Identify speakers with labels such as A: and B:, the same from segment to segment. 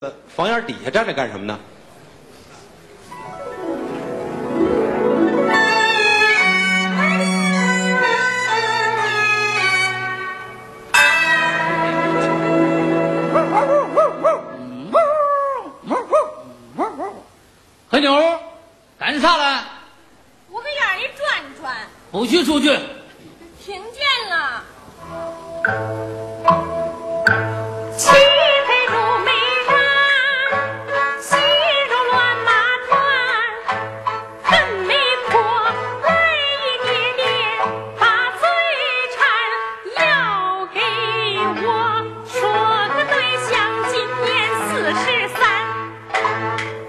A: 呃房檐底下站着干什么呢？
B: 黑牛，赶紧上来！
C: 我给眼儿一转转，
B: 不许出去！
C: 听见了。
D: 骑配如梅兰，心如乱麻团，恨没破，爱一点点，把嘴馋，要给我说个对象，今年四十三。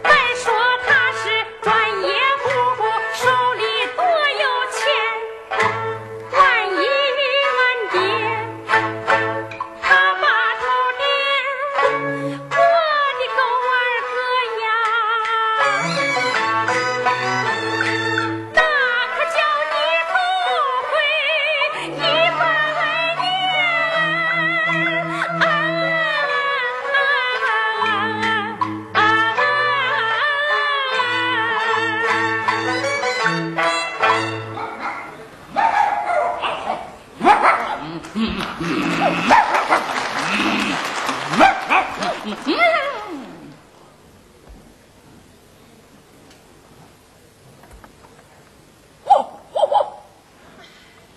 D: 再说他是专业户户，手里多有钱，万一万别，他把头念，我的狗儿哥呀，那可叫你后悔，一百年。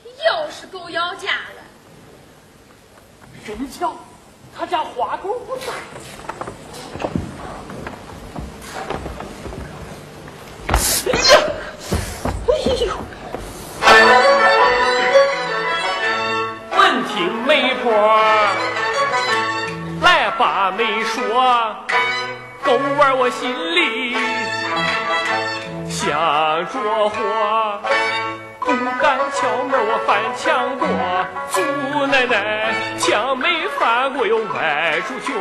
C: 又是狗咬家了，
E: 人叫他家花狗不在，
F: 问听媒婆来把媒说，狗儿我心里想着火，不敢敲门我翻墙过，祖奶奶墙没翻过又崴出脚，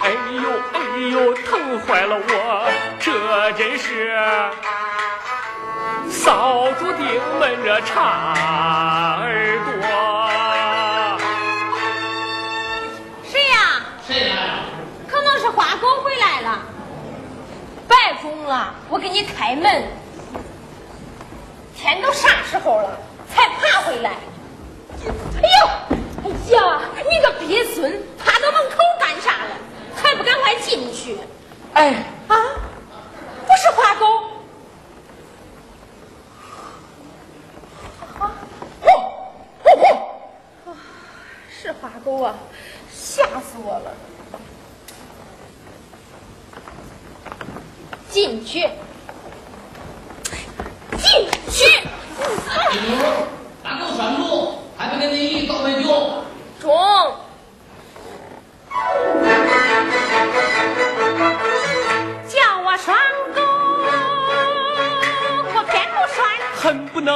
F: 哎呦哎呦疼坏了我，这真是扫帚顶闷着叉耳朵。
C: 谁呀？
B: 谁呀？
C: 可能是花狗回来了。白公啊，我给你开门。天都啥时候了，才爬回来？哎呦，哎呀，你个鳖孙，爬到门口干啥了？还不赶快进去？
E: 哎，
C: 啊，不是花狗。啊哦是花狗啊，吓死我了！进去，进去，
B: 黑牛，哪够闪住？还不跟你倒霉酒？
C: 中！
D: 叫我拴狗，我偏不拴。
F: 恨不能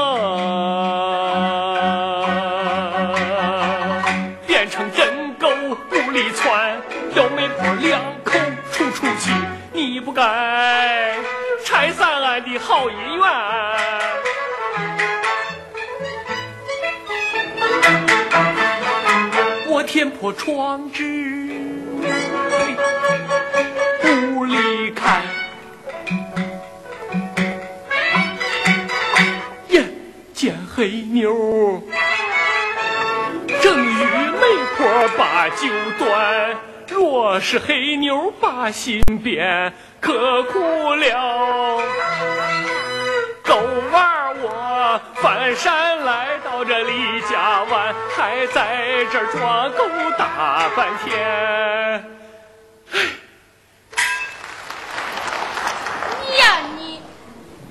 F: 变成真狗无力窜，撩妹婆两口出出气，你不该拆散俺的好姻缘。我天破窗纸不离开。眼见黑妞，正与媒婆把酒端。若是黑妞把心变，可苦了。狗儿我翻山来到这李家湾，还在这儿装狗打半天。
C: 你呀你，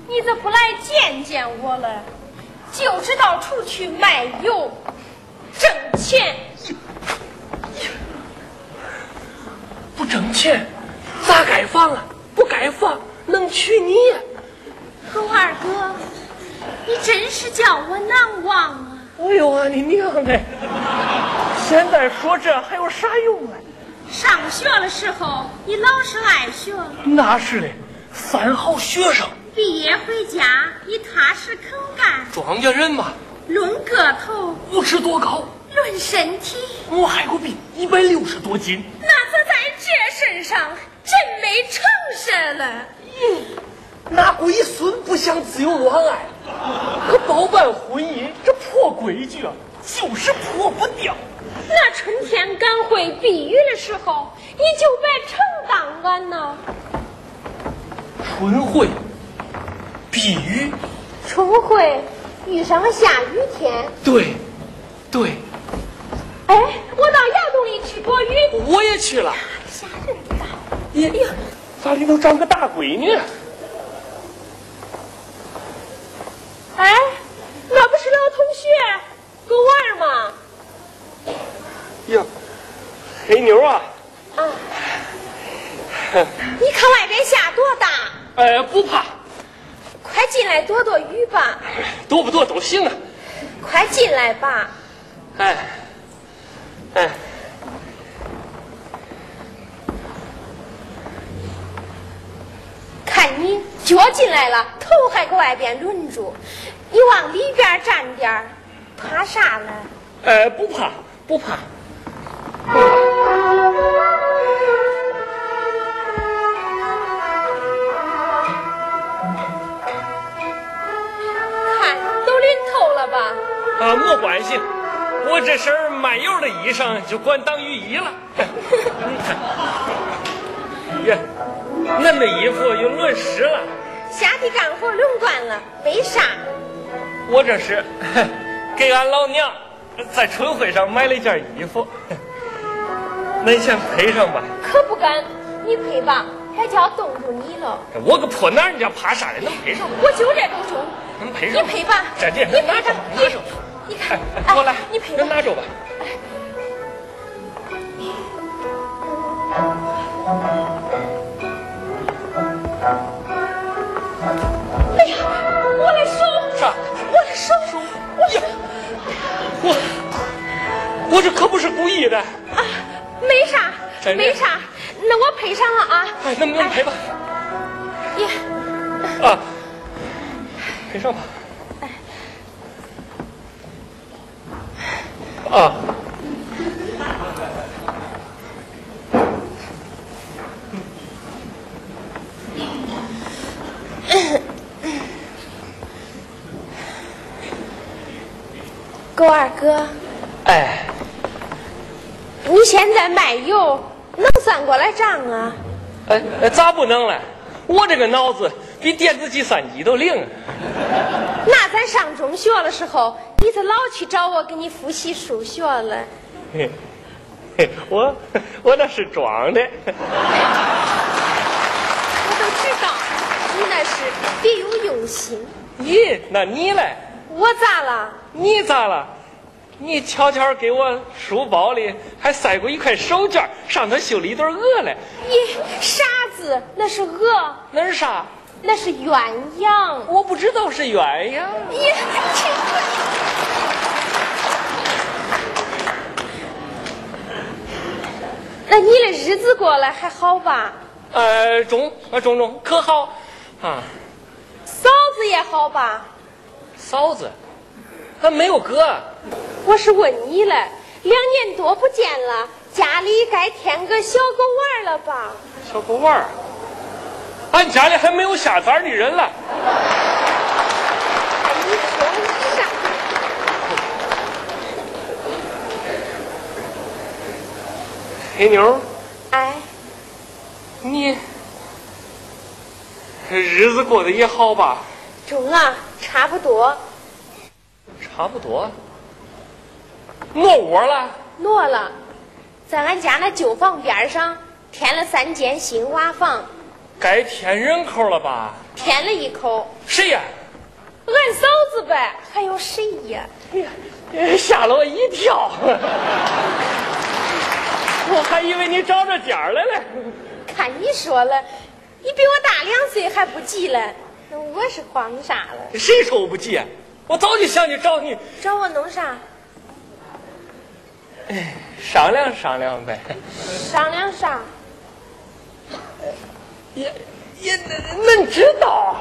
C: 你咋不来见见我了？就知道出去卖油，挣钱。
E: 不挣钱，咋该放啊？不该放，能娶你？
C: 狗二哥，你真是叫我难忘啊！
E: 哎呦我的娘嘞！现在说这还有啥用啊？
C: 上学的时候你老是爱学，
E: 那是嘞，三好学生，
C: 毕业回家你踏实肯干，
E: 庄稼人嘛，
C: 论个头，
E: 五尺多高，
C: 论身体，
E: 我还有比一百六十多斤。
C: 那咋在这身上了。
F: 那鬼孙不想只有我爱，可包办婚姻这破规矩啊，就是破不掉。
C: 那春天干会避雨的时候，你就别成档案呐。
F: 春会，比喻，
C: 春会遇上了下雨天，
F: 对，对，
C: 哎，我到窑洞里去躲雨，
F: 我也去了。
C: 下真大。
F: 呀呀，咋里头长个大啊鬼呢？
C: 哎，那不是老同学，跟我玩吗？
F: 呀，黑牛啊，
C: 啊，你看外边下多大，
F: 哎，不怕，
C: 快进来躲躲雨吧，
F: 多不多都行啊。
C: 快进来吧。
F: 哎，哎，
C: 看你脚进来了，头还搁外边抡住，你往里边站点儿，怕啥呢？
F: 哎，不怕，不怕。
C: 看都淋透了吧？
F: 啊，没关系，我这身满腰的衣裳就管当雨衣了。 呀，恁的衣服又乱湿了，
C: 下地干活垄断了，没啥。
F: 我这是给俺老娘在春会上买了一件衣服，恁先赔上吧。
C: 可不敢，你赔吧，还叫冻住你了。
F: 我个破男人家怕啥呀？能赔上吗？
C: 我就这种种，
F: 能赔
C: 你
F: 上吗？
C: 赔吧，
F: 这这
C: 你赔
F: 拿着
C: 吧，
F: 拿着
C: 你你
F: 哎
C: 看，
F: 过来
C: 哎，你赔
F: 能
C: 吧，
F: 拿着吧？
C: 哎呀，我的手，
F: 啥？
C: 我的手，我的手
F: 我我这可不是故意的。
C: 啊，没啥，
F: 真的
C: 没啥，那我赔上了啊。
F: 哎，能不能赔吧？
C: 你
F: 啊，赔上吧。啊，
C: 狗二哥，
F: 哎，
C: 你现在卖油能算过来账啊？
F: 哎，哎咋不能嘞？我这个脑子比电子计算机都灵啊。
C: 那咱上中学的时候，你是老去找我给你复习数学了。
F: 嘿嘿我我那是装的。
C: 我都知道，你那是别有用心。
F: 咦，那你嘞？
C: 我咋了？
F: 你咋了？你悄悄给我书包里还塞过一块手绢，上头绣了一对鹅嘞，
C: 你傻子，那是鹅，
F: 那是啥？
C: 那是鸳鸯。
F: 我不知道是鸳鸯。
C: 你那你的日子过来还好吧？
F: 呃，中呃中中可好啊？
C: 嫂子也好吧？
F: 嫂子，还没有哥，
C: 我是问你嘞，两年多不见了，家里该添个小狗娃了吧？
F: 小狗腕儿。俺家里还没有下崽儿的人了。
C: 哎你说啥？
F: 黑妞，
C: 哎，
F: 你日子过得也好吧？
C: 中啊，差不多。
F: 差不多。挪窝了？
C: 挪了，在俺家那旧房边上添了三间新瓦房，
F: 该添人口了吧？
C: 添了一口，
F: 谁呀、
C: 俺嫂子呗，还有谁呀？
F: 呃 吓了我一跳，我还以为你找着点儿来了。
C: 看你说了，你比我大两岁还不急了，那我是慌啥了？
F: 谁说我不急？啊我早就想去找你
C: 找我弄啥？
F: 商量商量呗。
C: 商量啥？
F: 也也能知道，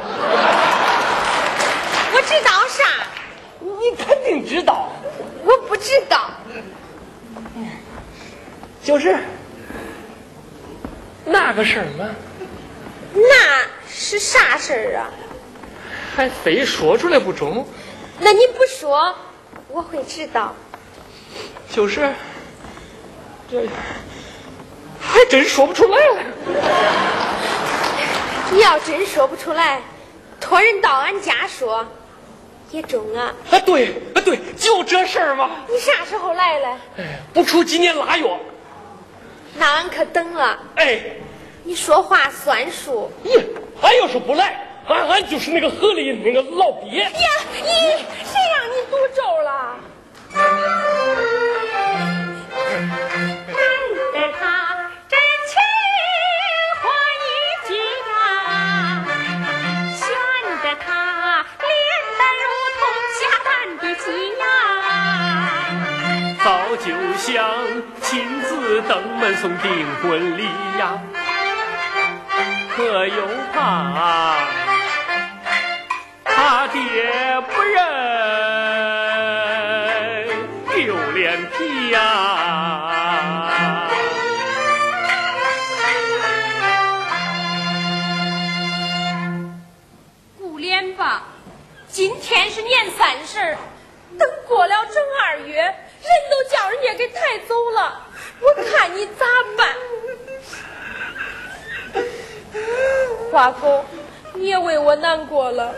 C: 我知道啥？
F: 你肯定知道，
C: 我不知道。
F: 就是那个事儿嘛。
C: 那是啥事儿啊？
F: 还非说出来不中，
C: 那您不说，我会知道。
F: 就是这还真说不出来了。
C: 你要真说不出来，托人到俺家说，也中啊。
F: 啊，对啊，对，就这事儿嘛。
C: 你啥时候来了？
F: 不出今年腊月，
C: 那俺可等了。
F: 哎，
C: 你说话算数。
F: 咦，俺要是不来，俺俺就是那个河里那个老鳖。
C: 呀，咦，谁让你赌咒了？
D: 难得他真情话一句啊，悬得他脸蛋如同下蛋的鸡呀。
F: 早就想亲自登门送订婚礼呀，可又怕他爹不认，丢脸皮呀。
C: 不连吧，今天是年三十儿，等过了正二月，人都叫人家给抬走了，我看你咋办？花狗，你也为我难过了，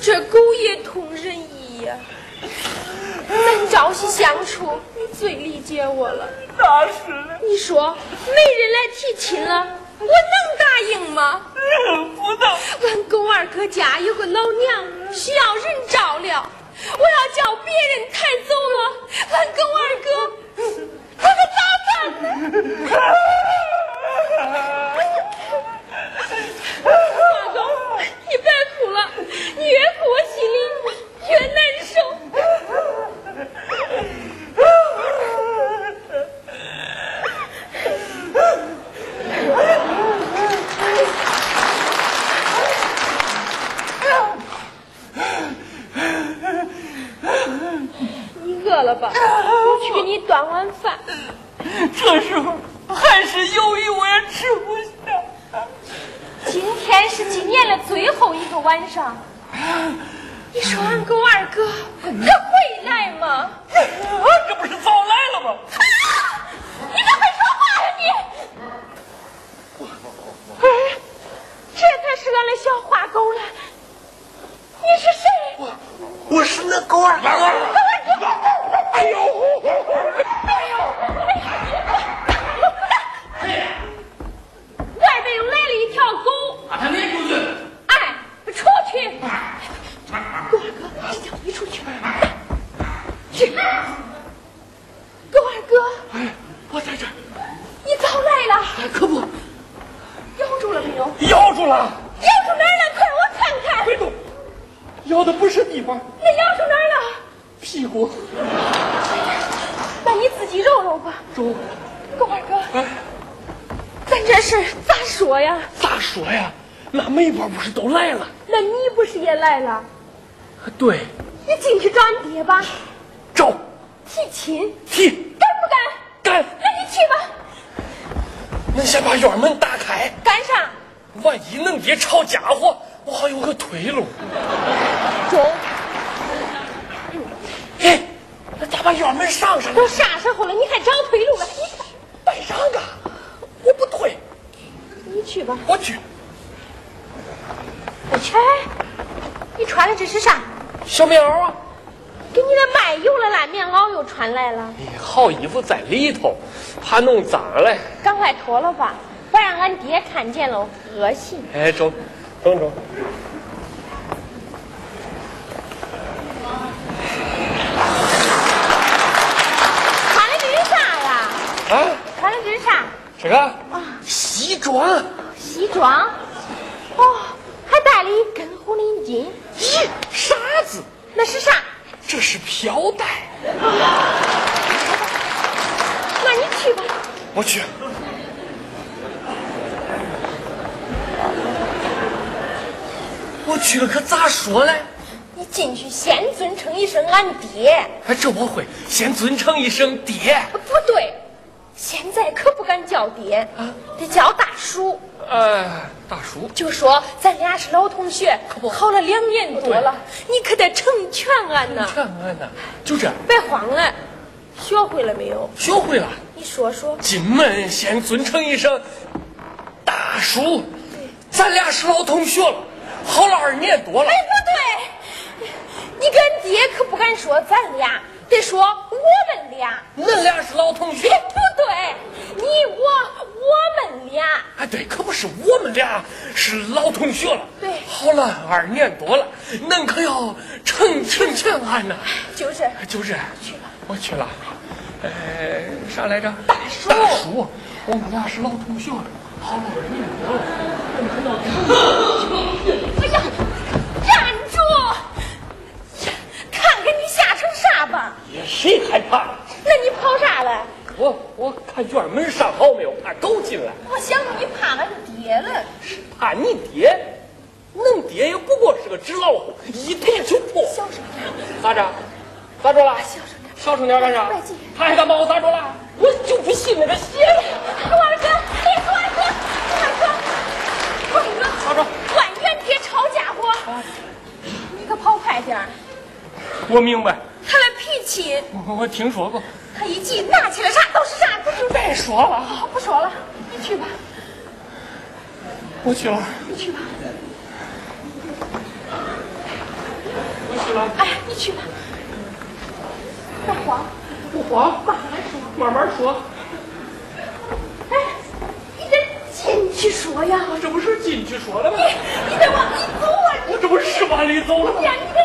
C: 这狗也通人意呀。咱朝夕相处，你最理解我了。
E: 那是了，
C: 你说没人来提亲了，我能答应吗？
E: 不能。
C: 俺狗二哥家有个老娘需要人照料，我要叫别人抬走了，俺狗二哥，他可咋办呢？花狗，你别哭了，你越哭我心里越难受。你饿了吧？我去给你端碗饭。
E: 这时候还是由于我也吃不下。
C: 今天是今年的最后一个晚上，你说俺狗二哥他会来吗？啊
E: 啊，这不是早来了吗？
C: 你咋会说话呀你？哎，这才是俺的小花狗了。你是谁？
E: 我是那狗二哥。
C: 外边又来了一条狗。
B: 把他撵出去。
C: 哎，出去！狗二哥，这叫你出去！去！狗二哥，
F: 哎
E: 我在这儿
C: 你早来了。可不，咬住了没有？
E: 咬住了，
C: 咬住哪儿了？快我看看！
E: 别动，咬的不是地方，
C: 那咬住哪儿了？
E: 屁股。
C: 那你自己揉揉吧。
E: 中，
C: 狗二哥，
E: 哎，
C: 咱这事儿咋说呀？
E: 咋说呀？那媒婆不是都来了？
C: 那你不是也来了？
E: 对，
C: 你进去找你爹吧，
E: 找
C: 提亲
E: 替
C: 敢不敢？
E: 干，
C: 那你去吧。
E: 恁先把院门打开，
C: 干啥？
E: 万一恁爹抄家伙，我还有个退路。
C: 中，
E: 哎，那咱把院门上上，
C: 都啥时候了，你还找退路了？你。
E: 带上啊！我不退，
C: 你去吧。
E: 我去。
C: 哎，你穿的这是啥？
E: 小棉袄啊，
C: 给你的卖油了烂棉袄又穿来了，
E: 你好衣服在里头，怕弄脏了。
C: 赶快脱了吧，不然俺爹看见了恶心。
E: 哎，中，中中。
C: 穿的这是啥呀？
E: 啊，
C: 穿的这是啥？
E: 这个西装，
C: 西装。哦，还带了一根红领巾，
E: 咦，啥子？
C: 那是啥？
E: 这是飘带。
C: 那你去吧。
E: 我去，我去了，可咋说嘞？
C: 你进去先尊称一声俺爹。
E: 哎，这我会，先尊称一声爹。
C: 不对，现在可不敢叫爹，得叫大叔。
F: 哎，大叔，
C: 就说咱俩是老同学，好了两年多了，你可得成全俺呐！
F: 看看呐，就这样，
C: 别慌了，学会了没有？
F: 学会了。
C: 你说说，
F: 进门先尊称一声大叔，咱俩是老同学了，好了二年多了。
C: 哎不对，你跟爹可不敢说咱俩，得说我们俩。
F: 恁俩是老同学
C: 哎，不对，你我我们俩。
F: 哎，对，可不是我们俩是老同学了，
C: 对
F: 好了二年多了，恁可要成成全俺呐！
C: 就是
F: 就是，我去了，呃，啥来着？
C: 大叔
F: 大叔，我们俩是老同学了，好了二年多了。
C: 哎呀，站住！看给你吓成啥吧？
F: 谁害怕了？
C: 那你跑啥了？
F: 我我看院门上好没有，怕狗进来。
C: 我想你怕俺爹了。
F: 怕你爹，恁爹也不过是个纸老虎，一推就破。
C: 小声点，
F: 咋着？咋着了？
C: 小声点。
F: 小声点干啥
C: 快进？
F: 他还敢把我咋着了？我就不信那个邪
C: 哎
F: 了。
C: 二哥，哎，二哥，二哥，二哥，
F: 咋着？
C: 万元爹抄家伙，你可跑快点儿！
F: 我明白，
C: 他那脾气，
F: 我我听说过。
C: 他一急拿起来啥都是啥。
F: 就别说了，
C: 好，不说了，你去吧，
F: 我去了，
C: 你去吧，
F: 我去了，
C: 哎，你去吧，别慌。
F: 不慌，慢慢说。
C: 哎，你得进去说呀，
F: 这不是进去说了吗？
C: 你得往里走啊！
F: 我这不是往里走了吗
C: 你呀，你得
F: 哎哎